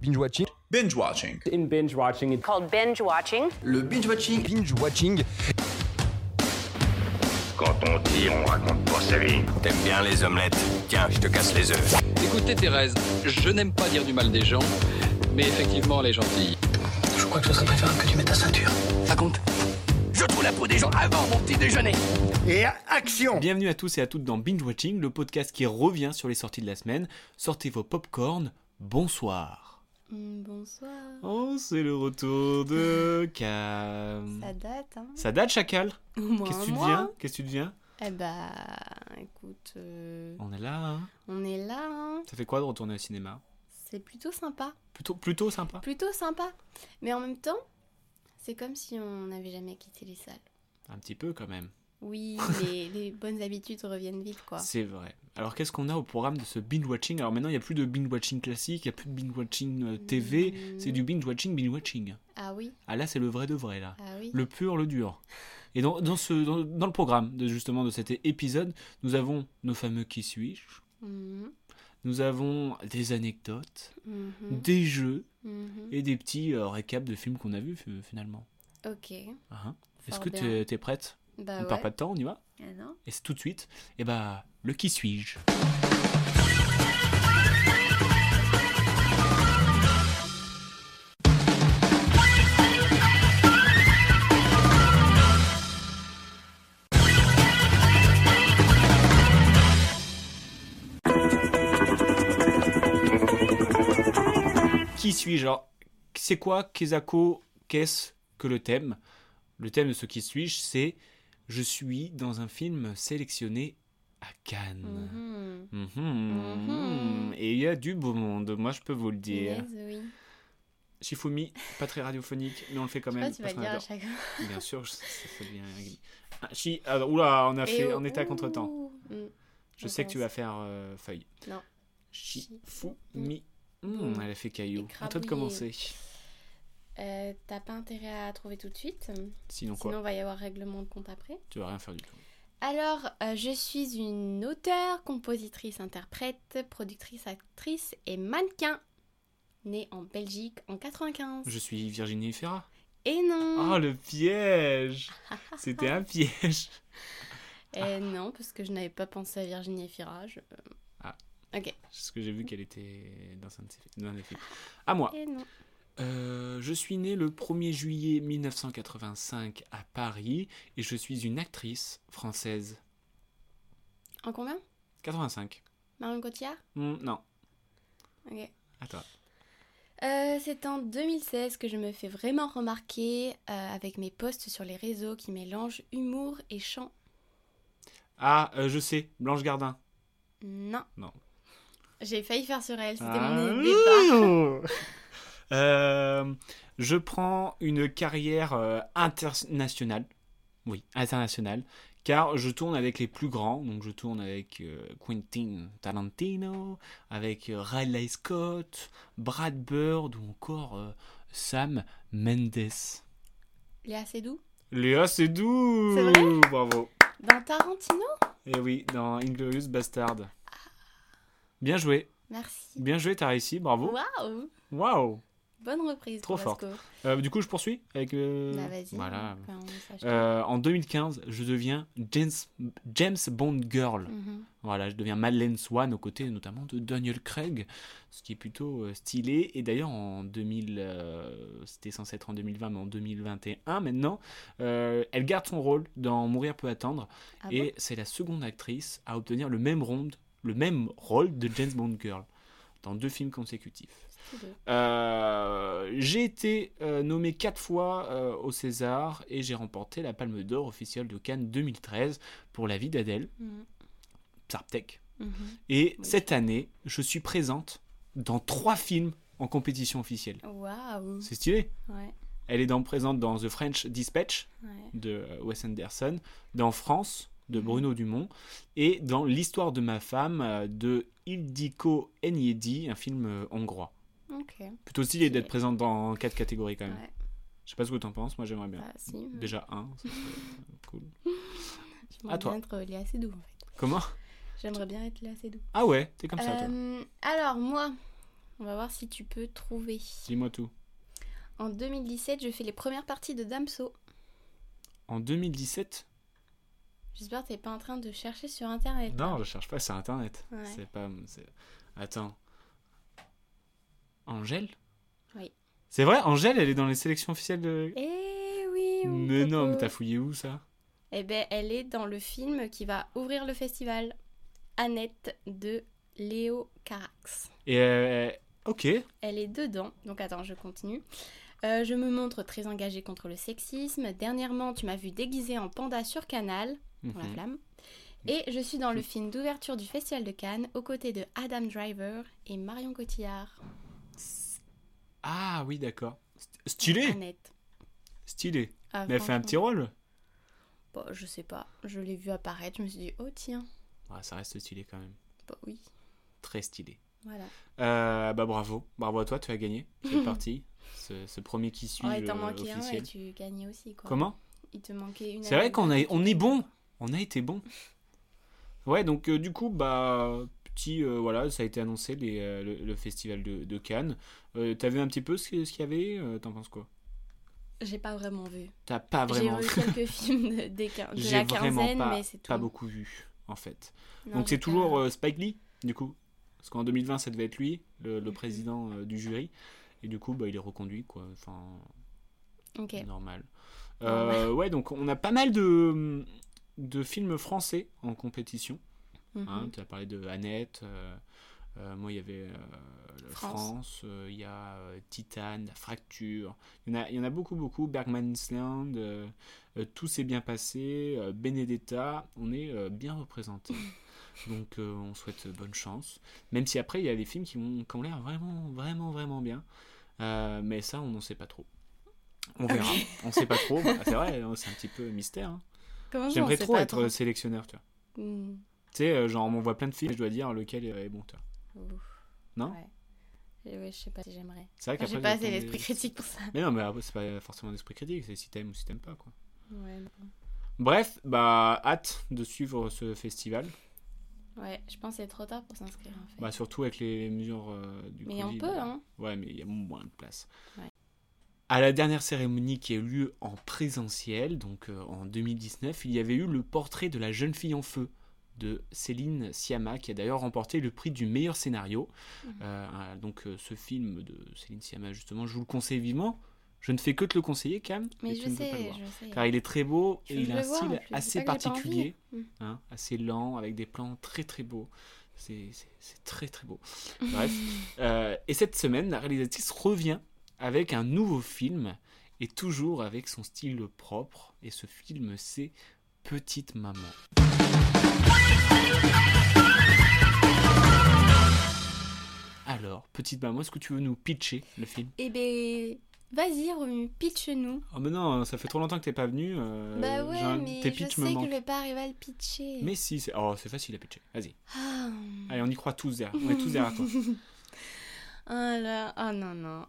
Binge watching. Binge watching. In binge watching, it called binge watching. Le binge watching. Binge watching. Quand on tire, on raconte pas sa vie. T'aimes bien les omelettes Tiens, je te casse les œufs. Écoutez Thérèse, je n'aime pas dire du mal des gens, mais effectivement elle est gentille. Je crois que ce serait préférable que tu mettes ta ceinture. Raconte. Je trouve la peau des gens avant mon petit déjeuner. Et action Bienvenue à tous et à toutes dans Binge Watching, le podcast qui revient sur les sorties de la semaine. Sortez vos popcorn. Bonsoir. Bonsoir. Oh, c'est le retour de Cam. Ça date, hein. Ça date, chacal. Moi, Qu'est-ce que tu moi. deviens Qu'est-ce que tu deviens Eh bah, écoute, euh, On est là, hein. on est là, hein. Ça fait quoi de retourner au cinéma C'est plutôt sympa. Plutôt, plutôt sympa. Plutôt sympa. Mais en même temps, c'est comme si on n'avait jamais quitté les salles. Un petit peu quand même. Oui, les, les bonnes habitudes reviennent vite, quoi. C'est vrai. Alors qu'est-ce qu'on a au programme de ce binge-watching Alors maintenant, il n'y a plus de binge-watching classique, il n'y a plus de binge-watching euh, TV, Mm. c'est du binge-watching, binge-watching. Ah oui, Ah là, c'est le vrai de vrai, là. ah oui. Le pur, le dur. Et dans, dans ce, dans, dans le programme, de, justement, de cet épisode, nous avons nos fameux qui suis-je, Mhm, nous avons des anecdotes, mhm, des jeux mhm. et des petits euh, récaps de films qu'on a vus, fi- finalement. Ok. Ah, hein. Est-ce Fort que bien. t'es es prête Bah On ouais. perd pas de temps, on y va Ah non Et c'est tout de suite, et bah, le qui suis-je Qui suis-je Alors, c'est quoi, Kesako Qu'est-ce que le thème Le thème de ce qui suis-je, c'est je suis dans un film sélectionné à Cannes. Mhm. Mhm. Mhm. Mm-hmm. Et il y a du beau monde, moi je peux vous le dire. Yes, oui. Shifumi, pas très radiophonique, mais on le fait quand Je sais même. pas, tu vas parce le qu'on dire à adore. chaque fois. Bien sûr, je- ça, ça devient- Ah, Chi- alors, oula, on a Et fait, oh, on était à ouh. contre-temps. Mm. Je sais que tu pense. vas faire euh, feuille. Non. Shifumi. Mhm, elle a fait caillou. Et À toi de Krabi. commencer. Euh, T'as pas intérêt à trouver tout de suite Sinon quoi Sinon, va y avoir règlement de compte après. Tu vas rien faire du tout. Alors, euh, je suis une auteure, compositrice, interprète, productrice, actrice et mannequin. Née en Belgique en 95. Je suis Virginie Ferra. Et non Oh le piège C'était un piège Et non, parce que je n'avais pas pensé à Virginie Efira. je- Ah. Ok. Parce que j'ai vu qu'elle était dans un de ses dans un des films. À moi. Et non. Euh, je suis né le 1er juillet 1985 à Paris et je suis une actrice française. En combien 85. Marion Cotillard Hmm, non. Ok. Attends. Euh, c'est en 2016 que je me fais vraiment remarquer euh, avec mes posts sur les réseaux qui mélangent humour et chant. Ah, euh, je sais. Blanche Gardin. Non. Non. J'ai failli faire sur elle, c'était Ah. mon idée de départ. Euh, je prends une carrière euh, internationale. Oui, internationale. Car je tourne avec les plus grands. Donc je tourne avec euh, Quentin Tarantino, avec euh, Ridley Scott, Brad Bird ou encore euh, Sam Mendes. Léa Seydoux Léa, c'est doux C'est vrai Bravo. Dans Tarantino Et oui, dans Inglorious Bastard. Bien joué. Merci. Bien joué, t'as réussi. Bravo. Waouh Waouh. Bonne reprise. Trop Probasco. Euh, du coup, je poursuis avec. euh, Bah vas-y. Voilà. enfin, on sache tout. Euh, en 2015, je deviens James, James Bond Girl. Mhm. Voilà, je deviens Madeleine Swan aux côtés notamment de Daniel Craig, ce qui est plutôt euh, stylé. Et d'ailleurs, en 2000, euh, c'était censé être en 2020, mais en 2021 maintenant, euh, elle garde son rôle dans Mourir peut attendre. Ah et c'est la seconde actrice à obtenir le même, ronde, le même rôle de James Bond Girl dans deux films consécutifs. bon Tous deux. Euh, j'ai été euh, nommé quatre fois euh, au César et j'ai remporté la Palme d'Or officielle de Cannes 2013 pour La vie d'Adèle, Mhm. Sarptek. Mhm. Et Oui. cette année, je suis présente dans trois films en compétition officielle. Waouh. C'est stylé. Ouais. Elle est dans, présente dans The French Dispatch ouais. de euh, Wes Anderson, dans France de Bruno Dumont et dans L'histoire de ma femme euh, de Ildiko Enyedi, un film euh, hongrois. Ok. Plutôt stylé d'être Ok. présente dans quatre catégories quand même. Ouais. Je sais pas ce que t'en penses, moi j'aimerais bien. Ah, si. Euh, Déjà un, ça serait cool. J'aimerais à toi. bien être Léa Seydoux en fait. Comment J'aimerais bien être Léa Seydoux. Ah ouais, t'es comme ça toi. Euh, alors moi, On va voir si tu peux trouver. Dis-moi tout. En 2017, je fais les premières parties de Damso. En 2017 J'espère que t'es pas en train de chercher sur internet. Non, je cherche pas sur internet. Ouais. C'est pas. c'est- Attends. Angèle Oui. C'est vrai, Angèle, elle est dans les sélections officielles de. Eh oui. mon Mais non, coco. mais t'as fouillé où ça Eh ben, elle est dans le film qui va ouvrir le festival. Annette de Léo Carax. Et euh, ok, Elle est dedans. Donc attends, je continue. Euh, je me montre très engagée contre le sexisme. Dernièrement, tu m'as vu déguisée en panda sur Canal. pour la Mhm. flamme. Et je suis dans le film d'ouverture du Festival de Cannes aux côtés de Adam Driver et Marion Cotillard. Ah oui, d'accord. St- Stylé, Annette. stylé. Ah, Mais elle fait un franchement. petit rôle. Bon, je sais pas. Je l'ai vu apparaître. Je me suis dit, oh tiens. Ouais, ça reste stylé quand même. Bah oui. Très stylé. Voilà. Euh, bah bravo, bravo à toi, tu as gagné. C'est parti. Ce, ce premier qui suit Ouais, Oh, il le- t'en manquait un et euh, officiel. tu gagnais aussi. Quoi. Comment Il te manquait une. C'est vrai année. qu'on a, on est bon. On a été bon. Ouais, donc euh, du coup, bah petit, euh, voilà, ça a été annoncé les, euh, le, le festival de, de Cannes. Euh, T'as vu un petit peu ce que- ce qu'il y avait Euh, T'en penses quoi J'ai pas vraiment vu. T'as pas J'ai vraiment. vu quelques films de, des quin- de J'ai la vraiment quinzaine, pas, mais c'est tout. pas beaucoup vu en fait. Non, Donc c'est j'ai pas- toujours euh, Spike Lee, du coup. Parce qu'en 2020, ça devait être lui, le, Mhm. le président euh, du jury. Et du coup, bah, il est reconduit, quoi. Enfin, Ok. normal. Euh, ouais, donc on a pas mal de, de films français en compétition. Mhm. hein. Tu as parlé de Annette. euh, euh, moi, il y avait euh, la France. France. euh, Il y a euh, Titane, La Fracture. Il y, en a, il y en a beaucoup, beaucoup. Bergman's Land. euh, euh, Tout s'est bien passé. euh, Benedetta. On est euh, bien représenté. Donc euh, on souhaite bonne chance. Même si après il y a des films qui ont, qui ont l'air vraiment, vraiment, vraiment bien. Euh, mais ça, on n'en sait pas trop. Ah On verra. on sait pas trop. Bah, c'est vrai, hein, c'est un petit peu mystère. hein. Comment ça, on J'aimerais sait trop pas être sélectionneur, tu vois. Hmm. Tu sais, euh, genre on m'envoie plein de films, et je dois dire lequel est bon, tu vois. Ouf. Non ouais. Et ouais, je sais pas si j'aimerais. C'est vrai Enfin, J'ai qu'après, pas j'attends assez des- d'esprit critique pour ça. Mais non, mais après, c'est pas forcément d'esprit critique, c'est si t'aimes ou si t'aimes pas, quoi. Ouais, Bref, bah, hâte de suivre ce festival. ouais je pense que c'est trop tard pour s'inscrire en fait. Bah, surtout avec les mesures euh, du mais on Covid, peut, euh, hein. Ouais, mais il y a moins de place. Ouais. À la dernière cérémonie qui a eu lieu en présentiel, donc euh, en 2019, il y avait eu le portrait de la jeune fille en feu de Céline Sciamma, qui a d'ailleurs remporté le prix du meilleur scénario. Mmh. Euh, euh, donc euh, ce film de Céline Sciamma, justement, je vous le conseille vivement. Je ne fais que te le conseiller, Cam. Mais et je tu ne peux pas le sais, voir. je sais. Car il est très beau Je et il veux a un le voir, en style plus, c'est assez pas que j'ai pas envie. particulier, Mm. hein, assez lent, avec des plans très très beaux. C'est c'est- c'est très très beau. Bref. Euh, et cette semaine, la réalisatrice revient avec un nouveau film et toujours avec son style propre. Et ce film, c'est Petite Maman. Alors, Petite Maman, est-ce que tu veux nous pitcher le film Eh ben, vas-y, Romu, pitch-nous. Oh, mais non, ça fait trop longtemps que t'es pas venu. euh, bah ouais, j'ai un- mais tes je sais pitchs que me manquent. je vais pas arriver à le pitcher. Mais si, c'est oh, c'est facile à pitcher. Vas-y. Ah, Allez, on y croit tous derrière. On est tous derrière toi. ah là, oh non, non.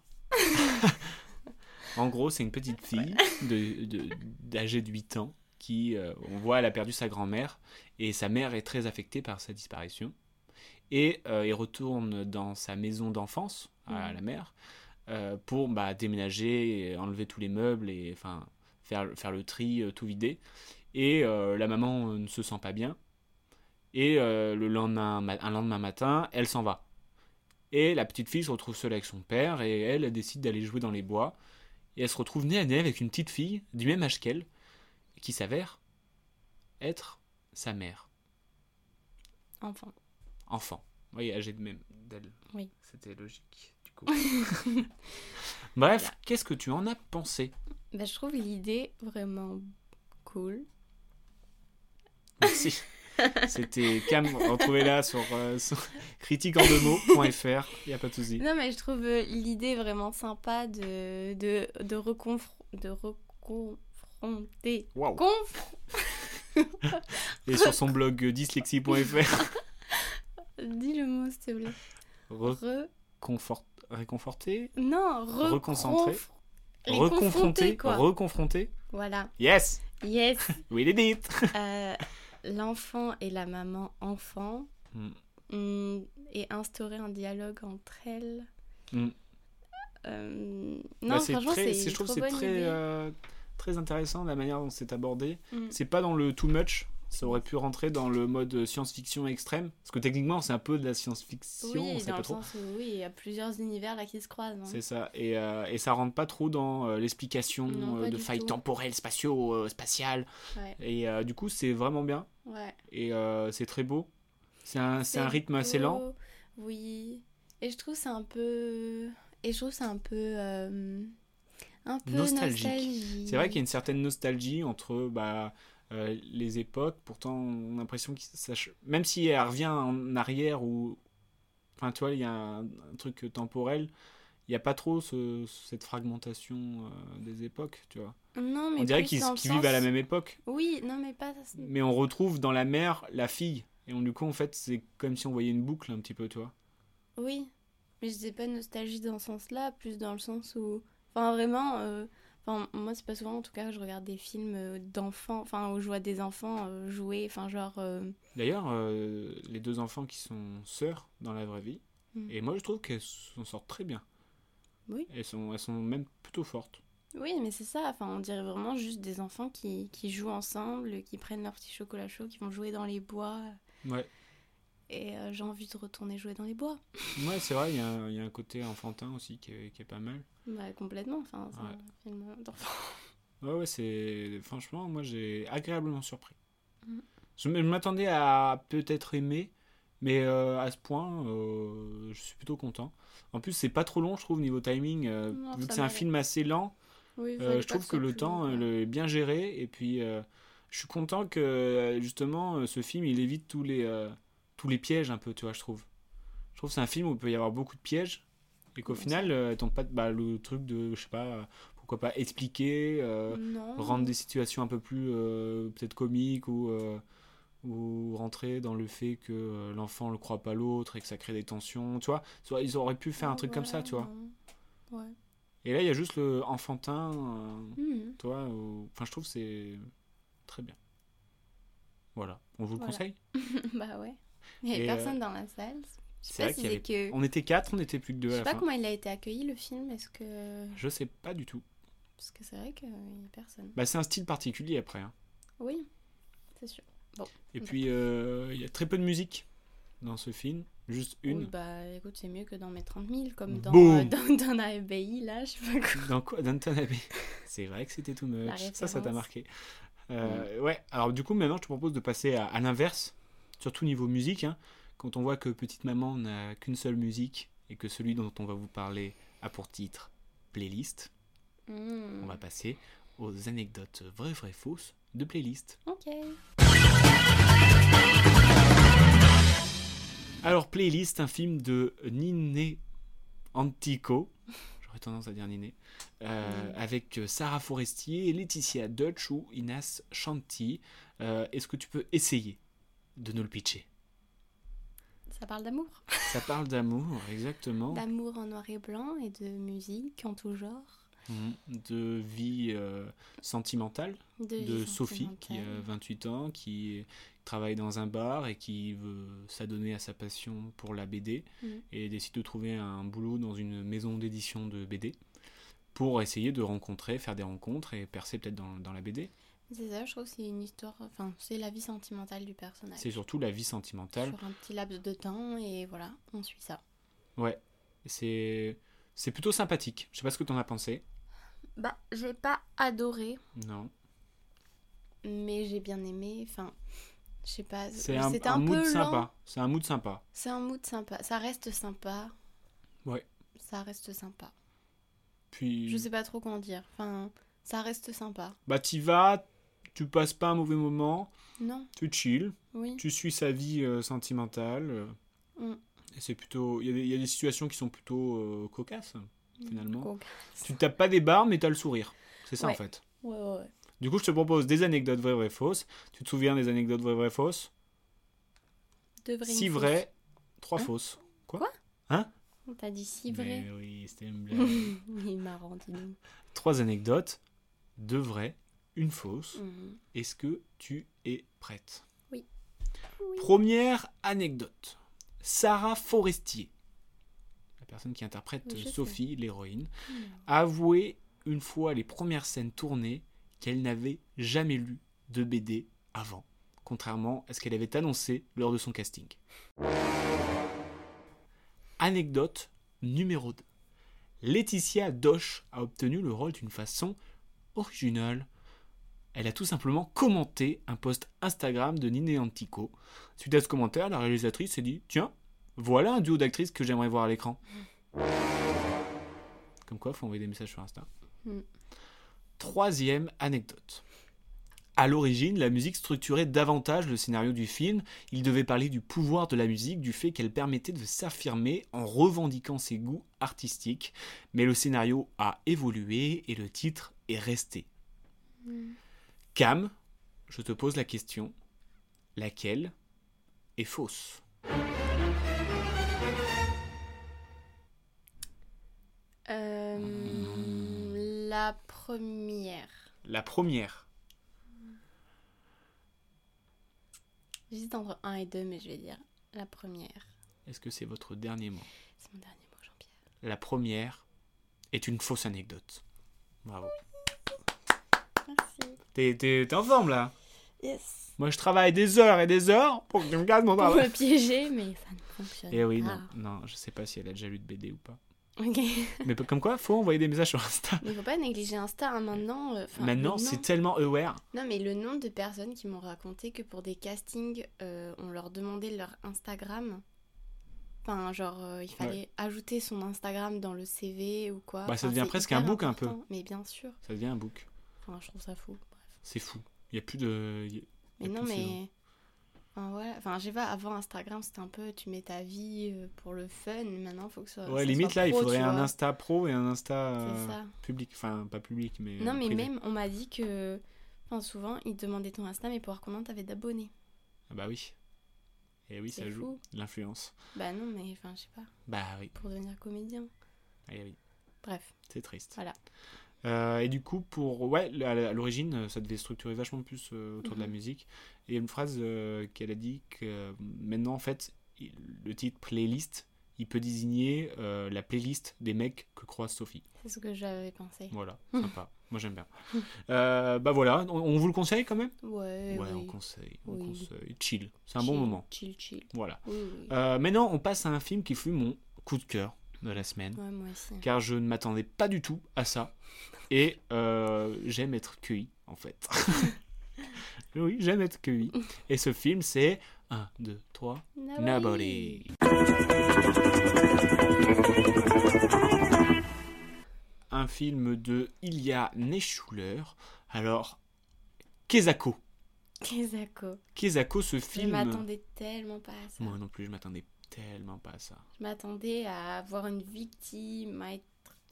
En gros, c'est une petite fille de- de- d'âgée de 8 ans qui, euh, on voit, elle a perdu sa grand-mère et sa mère est très affectée par sa disparition. Et euh, il retourne dans sa maison d'enfance, à Mhm. la mère, euh, pour bah, déménager, et enlever tous les meubles et enfin faire, faire le tri, euh, tout vider. Et euh, la maman euh, ne se sent pas bien. Et euh, le lendemain, ma- un lendemain matin, elle s'en va. Et la petite fille se retrouve seule avec son père et elle, elle décide d'aller jouer dans les bois. Et elle se retrouve nez à nez avec une petite fille du même âge qu'elle qui s'avère être sa mère, Enfin, enfant. Oui, âgée de même d'elle. Oui. C'était logique, du coup. Bref, qu'est-ce que tu en as pensé bah, je trouve l'idée vraiment cool. Merci. C'était Cam, retrouvez-la sur, euh, sur critiqueendemots.fr, il n'y a pas de souci. Non, mais je trouve euh, l'idée vraiment sympa de, de, de, reconfr- de reconfronter. Waouh. Conf- Et sur son blog euh, dyslexie.fr, Dis le mot, s'il te plaît. Re... reconfort- réconforté, Non, re- Reconcentrer. conf- les confronter, reconfronté, quoi. reconfronté. Voilà. Yes, Yes. we did it. Euh, L'enfant et la maman enfant Mm. mm, et instaurer un dialogue entre elles. Mm. Euh, Bah, non, franchement, très- c'est c'est- une je trouve trop que c'est bonne très, idée. euh, très intéressant la manière dont c'est abordé. Mm. C'est pas dans le too much. Ça aurait pu rentrer dans le mode science-fiction extrême. Parce que techniquement, c'est un peu de la science-fiction. Oui, on sait dans pas le trop. sens où oui, il y a plusieurs univers là qui se croisent. hein. C'est ça. Et, euh, et ça rentre pas trop dans euh, l'explication Non, euh, pas de du failles tout. temporelles, spatiaux, euh, spatiales. Ouais, Et euh, du coup, c'est vraiment bien. ouais. Et euh, c'est très beau. C'est un, c'est un rythme assez beau, lent. Oui. Et je trouve c'est un peu. Et je trouve c'est un peu. euh, Un peu Nostalgique. nostalgique. C'est vrai qu'il y a une certaine nostalgie entre bah, euh, les époques. Pourtant, on a l'impression que ça... ch- Même si elle revient en arrière ou... Enfin, tu vois, il y a un, un truc temporel. Il n'y a pas trop ce- cette fragmentation euh, des époques, tu vois. Non, mais on dirait plus qu'ils dans le qu'ils vivent à la sens- même époque. Oui, non, mais pas. Mais on retrouve dans la mère la fille. Et on, du coup, en fait, c'est comme si on voyait une boucle un petit peu, tu vois. Oui. Mais je disais pas nostalgie dans ce sens-là, plus dans le sens où. Enfin, vraiment. euh, Enfin, moi, c'est pas souvent, en tout cas, que je regarde des films euh, d'enfants. Enfin, où je vois des enfants euh, jouer. Enfin, genre. euh, D'ailleurs, euh, les deux enfants qui sont sœurs dans la vraie vie, Mm. et moi je trouve qu'elles s'en sortent très bien. Oui. Elles sont, elles sont même plutôt fortes. Oui, mais c'est ça. Enfin, on dirait vraiment juste des enfants qui, qui jouent ensemble, qui prennent leur petit chocolat chaud, qui vont jouer dans les bois. Ouais, Et euh, j'ai envie de retourner jouer dans les bois. ouais c'est vrai, il y, a un- il y a un côté enfantin aussi qui est, qui est pas mal. Bah, complètement. Enfin, c'est Ouais. un film d'enfant. Ouais, ouais, c'est. Franchement, moi j'ai agréablement surpris. Mm. Je m- je m'attendais à peut-être aimer, mais euh, à ce point, euh, je suis plutôt content. En plus, c'est pas trop long, je trouve, niveau timing. euh, Non, vu que ça c'est un m'allait. film assez lent, Oui, Euh, fallait pas je trouve ce que soit le plus temps long, euh, quoi. le est bien géré et puis euh, je suis content que euh, justement euh, ce film il évite tous les euh, tous les pièges un peu tu vois je trouve je trouve que c'est un film où il peut y avoir beaucoup de pièges et qu'au Comment ça final euh, tombe pas bah, le truc de je sais pas euh, pourquoi pas expliquer euh, Non. rendre des situations un peu plus euh, peut-être comiques ou euh, ou rentrer dans le fait que euh, l'enfant le croit pas l'autre et que ça crée des tensions tu vois Tu vois, ils auraient pu faire un Non, truc comme ça voilà, tu vois non. Ouais. et là il y a juste le enfantin euh, Mhm. toi ou- enfin je trouve que c'est très bien voilà on vous le Voilà. conseille bah ouais. Il y avait Et, euh, personne dans la salle. Je sais c'est pas vrai si qu'il y c'est que. on était quatre on était plus que deux Je à sais la pas fin comment il a été accueilli le film. Est-ce que. je sais pas du tout Parce que c'est vrai qu'il y a personne. bah c'est un style particulier après hein. Oui, c'est sûr. et Ouais. puis euh, il y a très peu de musique dans ce film juste une Oui, bah écoute, c'est mieux que d'en mettre 30 000, comme dans, Boum. euh, dans, dans la ABI, là, je sais pas quoi. dans quoi Downton Abbey c'est vrai que c'était too La much ça ça t'a référence. marqué Euh, ouais alors du coup maintenant je te propose de passer à, à l'inverse surtout niveau musique hein. quand on voit que petite maman n'a qu'une seule musique et que celui dont on va vous parler a pour titre playlist Hmm. On va passer aux anecdotes vraies, vraies, fausses de playlist. Ok. Alors, playlist, un film de Niné Antico. J'aurais tendance à dire Niné. euh, Avec Sarah Forestier, Laetitia Dutch ou Inas Shanti. Euh, Est-ce que tu peux essayer de nous le pitcher Ça parle d'amour. Ça parle d'amour, exactement. D'amour en noir et blanc et de musique en tout genre. Mhm. De vie euh, sentimentale. De, de vie Sophie qui euh, a sentimentale. 28 ans, qui travaille dans un bar et qui veut s'adonner à sa passion pour la BD Mhm. et décide de trouver un boulot dans une maison d'édition de BD pour essayer de rencontrer, faire des rencontres et percer peut-être dans, dans la BD. C'est ça, je trouve que c'est une histoire. Enfin, c'est la vie sentimentale du personnage. C'est surtout la vie sentimentale. Sur un petit laps de temps et voilà, on suit ça. Ouais, c'est c'est plutôt sympathique. Je sais pas ce que t'en as pensé. Bah, j'ai pas adoré, Non. mais j'ai bien aimé. Enfin, je sais pas. C'est un, c'était un mood peu lent. sympa. C'est un mood sympa. C'est un mood sympa. Ça reste sympa. Ouais. Mm. Ça reste sympa. Puis Je sais pas trop comment dire. Enfin, ça reste sympa. bah t'y vas, tu passes pas un mauvais moment, Non, tu chill. oui. tu suis sa vie euh, sentimentale. euh, Mm. et c'est plutôt. Il y a des- il y, a des situations qui sont plutôt euh, cocasses, finalement. Coca. Tu tapes pas des barres, mais t'as le sourire. C'est ça, en Ouais. fait. Ouais, ouais, ouais. Du coup, je te propose des anecdotes vraies, vraies, fausses. Tu te souviens des anecdotes vraies, vraies, fausses De vrai. Si une vraies, trois Hein fausses. fausse. T'as dit si Mais vrai. oui, c'était une blague. Il est marrant, dis donc. trois anecdotes, deux vraies, une fausse. Mhm. Est-ce que tu es prête Oui. Oui. Première anecdote. Sarah Forestier, la personne qui interprète Oui, je sais. Sophie, l'héroïne, a avoué une fois les premières scènes tournées qu'elle n'avait jamais lu de BD avant, contrairement à ce qu'elle avait annoncé lors de son casting. Anecdote numéro 2. Laetitia Doche a obtenu le rôle d'une façon originale. Elle a tout simplement commenté un post Instagram de Nine Antico. Suite à ce commentaire, la réalisatrice s'est dit Tiens, voilà un duo d'actrices que j'aimerais voir à l'écran. Comme quoi, faut envoyer des messages sur Insta. Mm. Troisième anecdote. À l'origine, la musique structurait davantage le scénario du film. Il devait parler du pouvoir de la musique, du fait qu'elle permettait de s'affirmer en revendiquant ses goûts artistiques. Mais le scénario a évolué et le titre est resté. Cam, je te pose la question. Laquelle est fausse Euh, la première. La première. J'hésite entre 1 et 2, mais je vais dire la première. Est-ce que c'est votre dernier mot C'est mon dernier mot, Jean-Pierre. La première est une fausse anecdote. Bravo. Merci. T'es- T'es t'es en forme là Yes. Moi je travaille des heures et des heures pour que tu me gardes mon Pour travail. me piéger, mais ça ne fonctionne Bah Eh oui, non, pas. non, je sais pas si elle a déjà lu de BD ou pas. Ok. Mais p- comme quoi, faut envoyer des messages sur Insta. Mais faut pas négliger Insta hein, maintenant. euh, enfin, Maintenant, le nom- c'est tellement aware. Non, mais le nombre de personnes qui m'ont raconté que pour des castings, euh, on leur demandait leur Instagram. Enfin, genre, euh, il fallait ajouter son Instagram dans le CV ou quoi. Bah, ça Enfin, devient c'est presque hyper un book, un peu. important. Mais bien sûr. Ça devient un book. Enfin, je trouve ça fou. Bref. C'est fou. Il y a plus de. y a- Mais y a non, plus de saison. mais. Enfin, voilà. Enfin, je sais pas, avant Instagram, c'était un peu tu mets ta vie euh, pour le fun. Maintenant, faut que Euh, ça. Ouais, ça limite soit là, il pro, faudrait tu un vois. Insta pro et un Insta euh, C'est ça. public. Enfin, pas public, mais. Non, euh, mais privé. même, on m'a dit que. Enfin, souvent, ils te demandaient ton Insta, mais pour voir combien t'avais d'abonnés. Ah bah oui. Et oui, C'est ça joue. fou. L'influence. Bah non, mais enfin, je sais pas. Bah oui. Pour devenir comédien. Eh oui. Bref. C'est triste. Voilà. Euh, et du coup, pour ouais, l- à l'origine, euh, ça devait structurer vachement plus euh, autour de la Mhm. musique. Et il y a une phrase euh, qu'elle a dit que euh, maintenant, en fait, il- le titre playlist, il peut désigner euh, la playlist des mecs que croise Sophie. C'est ce que j'avais pensé. Voilà, sympa. Moi, j'aime bien. Euh, bah voilà, on, on vous le conseille quand même Ouais, Ouais, Euh, oui. on conseille, on Oui. conseille. Chill, c'est un bon Chill, moment. Chill, chill. Voilà. Oui, oui. Euh, maintenant, on passe à un film qui fut mon coup de cœur de la semaine Ouais, moi aussi. car je ne m'attendais pas du tout à ça. Et euh, j'aime être cueilli, en fait. oui, j'aime être cueilli. Et ce film, c'est 1, 2, 3, Ah Nobody. Un film de Ilya Neschuler. Alors, Kezako. Kezako. Kezako, ce Je film. m'attendais tellement pas à ça. Moi non plus, je m'attendais tellement pas à ça. Je m'attendais à avoir une victime, à être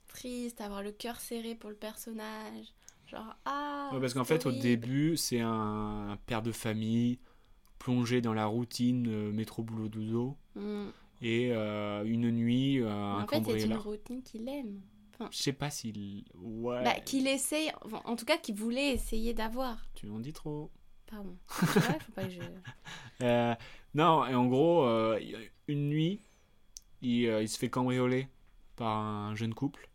triste, à avoir le cœur serré pour le personnage. Genre, ah. Ouais, parce qu'en c'est fait, au horrible. début, c'est un, un père de famille plongé dans la routine euh, métro boulot dodo Mm. et euh, une nuit euh, Mais un En fait, c'est une cambrioleur. routine qu'il aime. Je sais pas s'il ouais, Bah, qu'il essaye, enfin, en tout cas, qu'il voulait essayer d'avoir. tu m'en dis trop. Pardon. Ouais, faut pas que je. Euh, non, et en gros, euh, il y a une nuit, il, euh, il se fait cambrioler par un jeune couple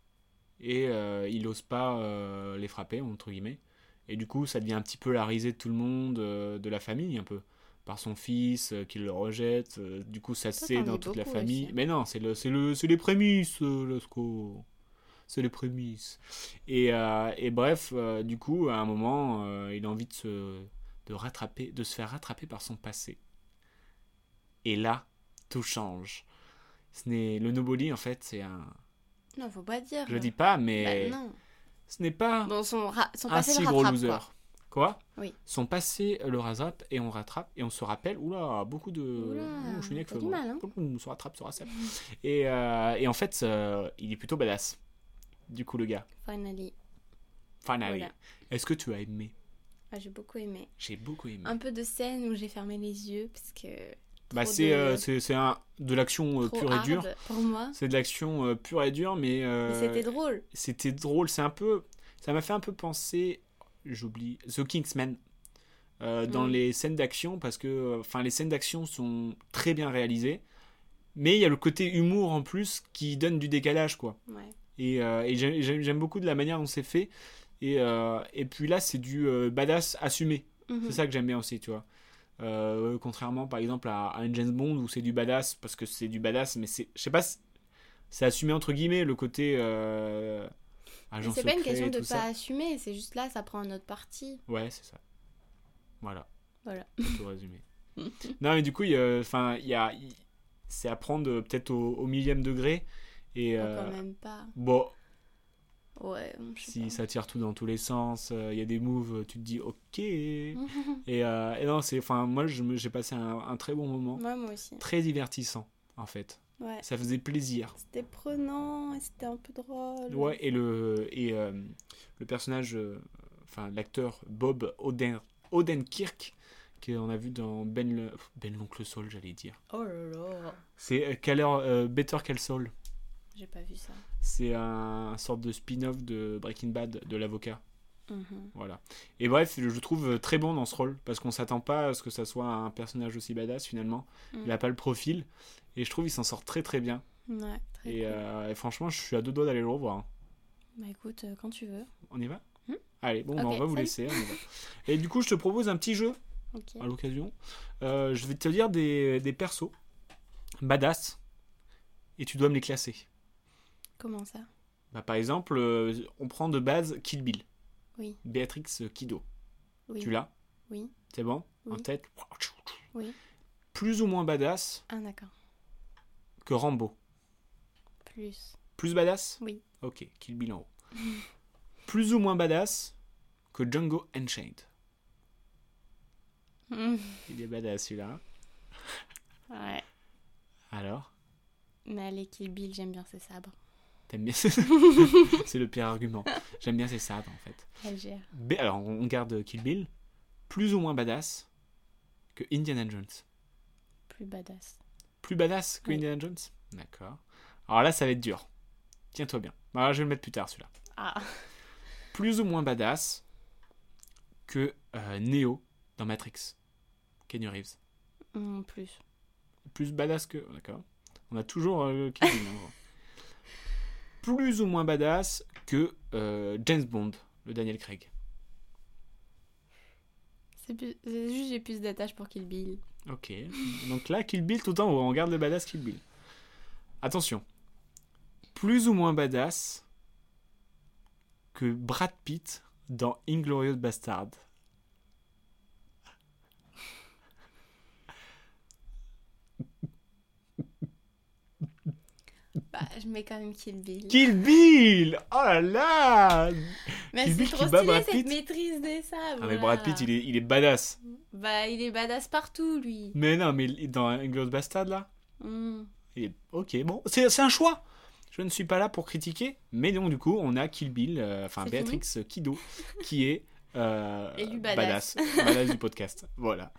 et euh, il n'ose pas euh, les frapper, entre guillemets. Et du coup, ça devient un petit peu la risée de tout le monde, euh, de la famille, un peu. Par son fils euh, qui le rejette. euh, du coup, ça se Toi, sait t'en dans dis toute la beaucoup famille. aussi. hein. Mais non, c'est le, c'est le, c'est les prémices, euh, Lasco. C'est les prémices. Et, euh, et bref, euh, du coup, à un moment, euh, il a envie de se, de, rattraper, de se faire rattraper par son passé. Et là, tout change. Ce n'est le Noboli en fait, c'est un. Non, faut pas dire. Je le dis pas, mais Bah, non. ce n'est pas Bon, son, ra- son un passé si le gros rattrape, loser. quoi. Quoi, Oui. Son passé le rattrape et on rattrape et on se rappelle. Oula, beaucoup de. Oula, Ouh, je suis né avec t'as le- du mal, hein. On se rattrape, se rattrape. et, euh, et en fait, euh, il est plutôt badass. Du coup, le gars. Finally. Finally. Voilà. Est-ce que tu as aimé Ah, j'ai beaucoup aimé. J'ai beaucoup aimé. Un peu de scène où j'ai fermé les yeux parce que. Bah, trop c'est de- euh, c'est- c'est un- de l'action euh, trop pure et hard dure. Pour moi. C'est de l'action euh, pure et dure, mais. Mais euh, c'était drôle. c'était drôle. C'est un peu, ça m'a fait un peu penser, j'oublie, The Kingsman. euh, dans Mm. les scènes d'action parce que euh, enfin les scènes d'action sont très bien réalisées Mais il y a le côté humour en plus qui donne du décalage, quoi. Ouais. Et, euh, et j'aime- j'aime j'aime beaucoup de la manière dont c'est fait. Et, euh, et puis là, c'est du euh, badass assumé. Mhm. C'est ça que j'aime bien aussi, tu vois. Euh, contrairement par exemple à, à un James Bond où c'est du badass parce que c'est du badass, mais c'est, je sais pas, c'est- c'est assumé entre guillemets le côté. euh, Mais agent C'est pas une secret question et de tout pas ça. assumer, c'est juste là, ça prend un autre parti. Ouais, c'est ça. Voilà. Voilà. Tout résumé. non, mais du coup, il y a- enfin, il y a, il- c'est à prendre euh, peut-être au, au millième degré. Et Oh, euh, Quand même pas. bon, Ouais, bon, je sais si pas. ça tire tout dans tous les sens, euh, il y a des moves, tu te dis ok. et, Mm. euh, et non, c'est, enfin, moi, je me- j'ai passé un, un très bon moment, Ouais, moi aussi. très divertissant en fait. Ouais. Ça faisait plaisir. C'était prenant et c'était un peu drôle. Ouais, et le et euh, le personnage, euh, enfin l'acteur Bob Oden Odenkirk qu'on a vu dans Ben le, Ben l'oncle Saul, j'allais dire. Oh là là. C'est euh, Caller- euh, Better Call Saul. J'ai pas vu ça. C'est un, un sorte de spin-off de Breaking Bad de l'avocat. Mhm. Voilà. Et bref, je le trouve très bon dans ce rôle parce qu'on s'attend pas à ce que ça soit un personnage aussi badass finalement. Mm. Il a pas le profil et je trouve il s'en sort très très bien. Ouais, très Et, cool. euh, et franchement, je suis à deux doigts d'aller le revoir. hein. Bah écoute, euh, quand tu veux. On y va Hmm Allez, bon, bah, Ok, on va vous salut. laisser. on y va. Et du coup, je te propose un petit jeu Ok. à l'occasion. Euh, je vais te dire des, des persos badass et tu dois me les classer. Comment ça Bah, par exemple, euh, on prend de base Kill Bill. Oui. Béatrix Kido. Oui. Tu l'as Oui. C'est bon En Oui. tête Oui. Plus ou moins badass Ah d'accord. que Rambo. Plus. Plus badass Oui. Ok, Kill Bill en haut. Plus ou moins badass que Django Unchained. Mhm. Il est badass celui-là. ouais. Alors Mais allez, Kill Bill, j'aime bien ses sabres. T'aimes bien C'est le pire argument. J'aime bien ces sabres, en fait. Elle gère. B- Alors, on garde Kill Bill, plus ou moins badass que Indiana Jones. Plus badass. Plus badass que Oui. Indiana Jones D'accord. Alors là, ça va être dur. Tiens-toi bien. Alors, je vais le mettre plus tard, celui-là. Ah. Plus ou moins badass que euh, Neo dans Matrix. Kenny Reeves. Mhm, plus. Plus badass que... oh, D'accord. On a toujours euh, Kill Bill, en gros. Plus ou moins badass que euh, James Bond, le Daniel Craig. C'est plus- c'est juste j'ai plus d'attache pour Kill Bill. Ok. Donc là, Kill Bill, tout le temps, on regarde le badass Kill Bill. Attention. Plus ou moins badass que Brad Pitt dans Inglorious Bastard. Bah, je mets quand même Kill Bill. Kill Bill Oh là là mais Kill c'est Bill trop qui bat stylé Brad cette Pitt. maîtrise des sabres. Ah mais Brad Pitt, il est, il est badass. Bah, il est badass partout, lui. Mais non, mais il- dans Inglorious Bastard, là Mhm. il est- Ok, bon, c'est c'est un choix je ne suis pas là pour critiquer, mais donc du coup, on a Kill Bill, euh, enfin C'est Béatrix Kido, qui est euh, Élu badass. badass, badass du podcast. Voilà.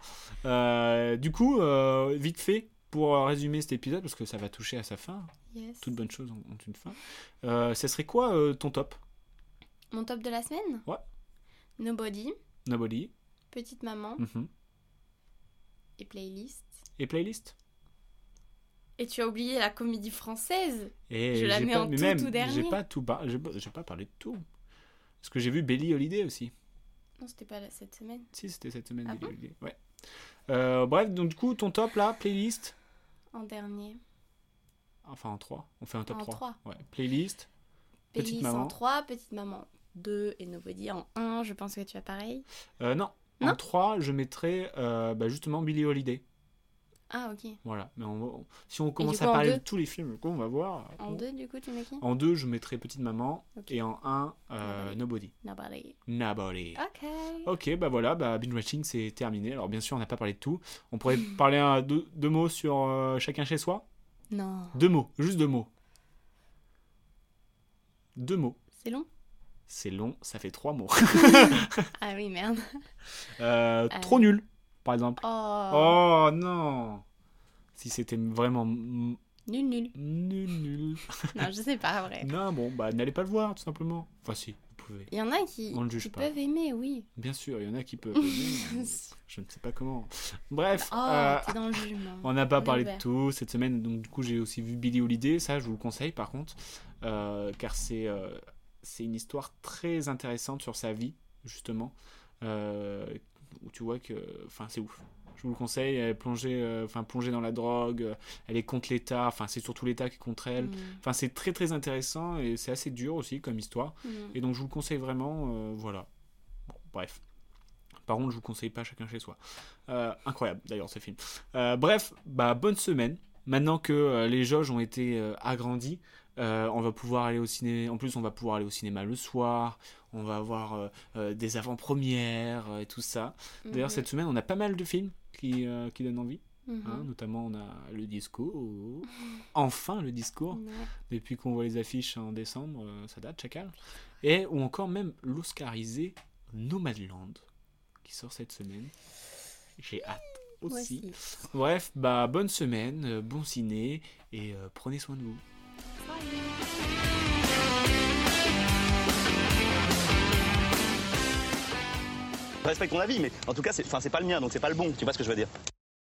Euh, du coup, euh, vite fait, pour euh, résumer cet épisode, parce que ça va toucher à sa fin, Yes. toutes bonnes choses ont ont une fin, euh, ça serait quoi euh, ton top Mon top de la semaine Ouais. Nobody, Nobody Petite Maman Mhm. et Playlist. et playlist Et tu as oublié la comédie française et Je la j'ai mets pas, en mais tout, même, tout dernier. J'ai pas, tout par- j'ai pas- j'ai pas parlé de tout. Parce que j'ai vu Billy Holiday aussi. Non, c'était pas là cette semaine. Si, c'était cette semaine, Ah Billie Holiday, Ouais. Euh, bref, donc du coup, ton top là, playlist. En dernier. Enfin, en 3. On fait un top En 3. trois. Ouais, playlist. Petite Playlist en Maman. 3, Petite Maman 2 et Nobody en 1. Je pense que tu as pareil. Euh, non. En Non. 3, je mettrais euh, bah, justement Billy Holiday. Ah, ok. Voilà. Mais on- si on commence coup, à en parler de deux tous les films, qu'on va voir. En 2, du coup, tu mets qui En 2, je mettrais Petite Maman. Ok. Et en 1, euh, Nobody. Nobody. Ah Nobody. Ok. Ok, bah voilà, bah, binge watching c'est terminé. Alors bien sûr, on n'a pas parlé de tout. On pourrait parler un- deux, deux mots sur euh, chacun chez soi. Non. Deux mots, juste deux mots. Deux mots. C'est long C'est long, ça fait trois mots. Ah oui, merde. Euh, Euh. Trop nul, par exemple. Oh. Oh non Si c'était vraiment m- Nul, nul. nul, nul. Non, je sais pas, vrai. Non, bon, bah n'allez pas le voir, tout simplement. Enfin si, Vous pouvez. Il y en a qui, On ne juge qui pas. peuvent aimer, oui. Bien sûr, il y en a qui peuvent. mais je ne sais pas comment. Bref. oh, euh, t'es dans le jugement. On n'a pas On est parlé de ouvert. tout cette semaine, donc du coup j'ai aussi vu Billy Holiday, ça je vous le conseille par contre, euh, car c'est euh, c'est une histoire très intéressante sur sa vie, justement, euh, où tu vois que, enfin c'est ouf. Je vous le conseille, elle est plongée, euh, enfin, plongée dans la drogue, euh, elle est contre l'État, enfin c'est surtout l'État qui est contre elle. Mm, Enfin c'est très très intéressant et c'est assez dur aussi comme histoire, mm. et donc je vous le conseille vraiment, euh, voilà. Bon, bref. Par contre, je vous conseille pas chacun chez soi. Euh, incroyable d'ailleurs ce film. Euh, bref, bah, bonne semaine. Maintenant que euh, les jauges ont été euh, agrandies, euh, on va pouvoir aller au ciné. En plus, on va pouvoir aller au cinéma le soir. On va avoir euh, euh, des avant-premières euh, et tout ça. D'ailleurs, Mhm, cette semaine, on a pas mal de films qui, euh, qui donnent envie. mhm. hein. Notamment, on a le discours. Enfin, le discours. Ouais. Depuis qu'on voit les affiches en décembre, euh, ça date, chacal. Et ou encore même l'oscarisé Nomadland, qui sort cette semaine. J'ai hâte Moi aussi. aussi. Bref, bah bonne semaine, euh, bon ciné et euh, prenez soin de vous. Je respecte ton avis, mais en tout cas, c'est enfin, c'est pas le mien, donc c'est pas le bon. Tu vois ce que je veux dire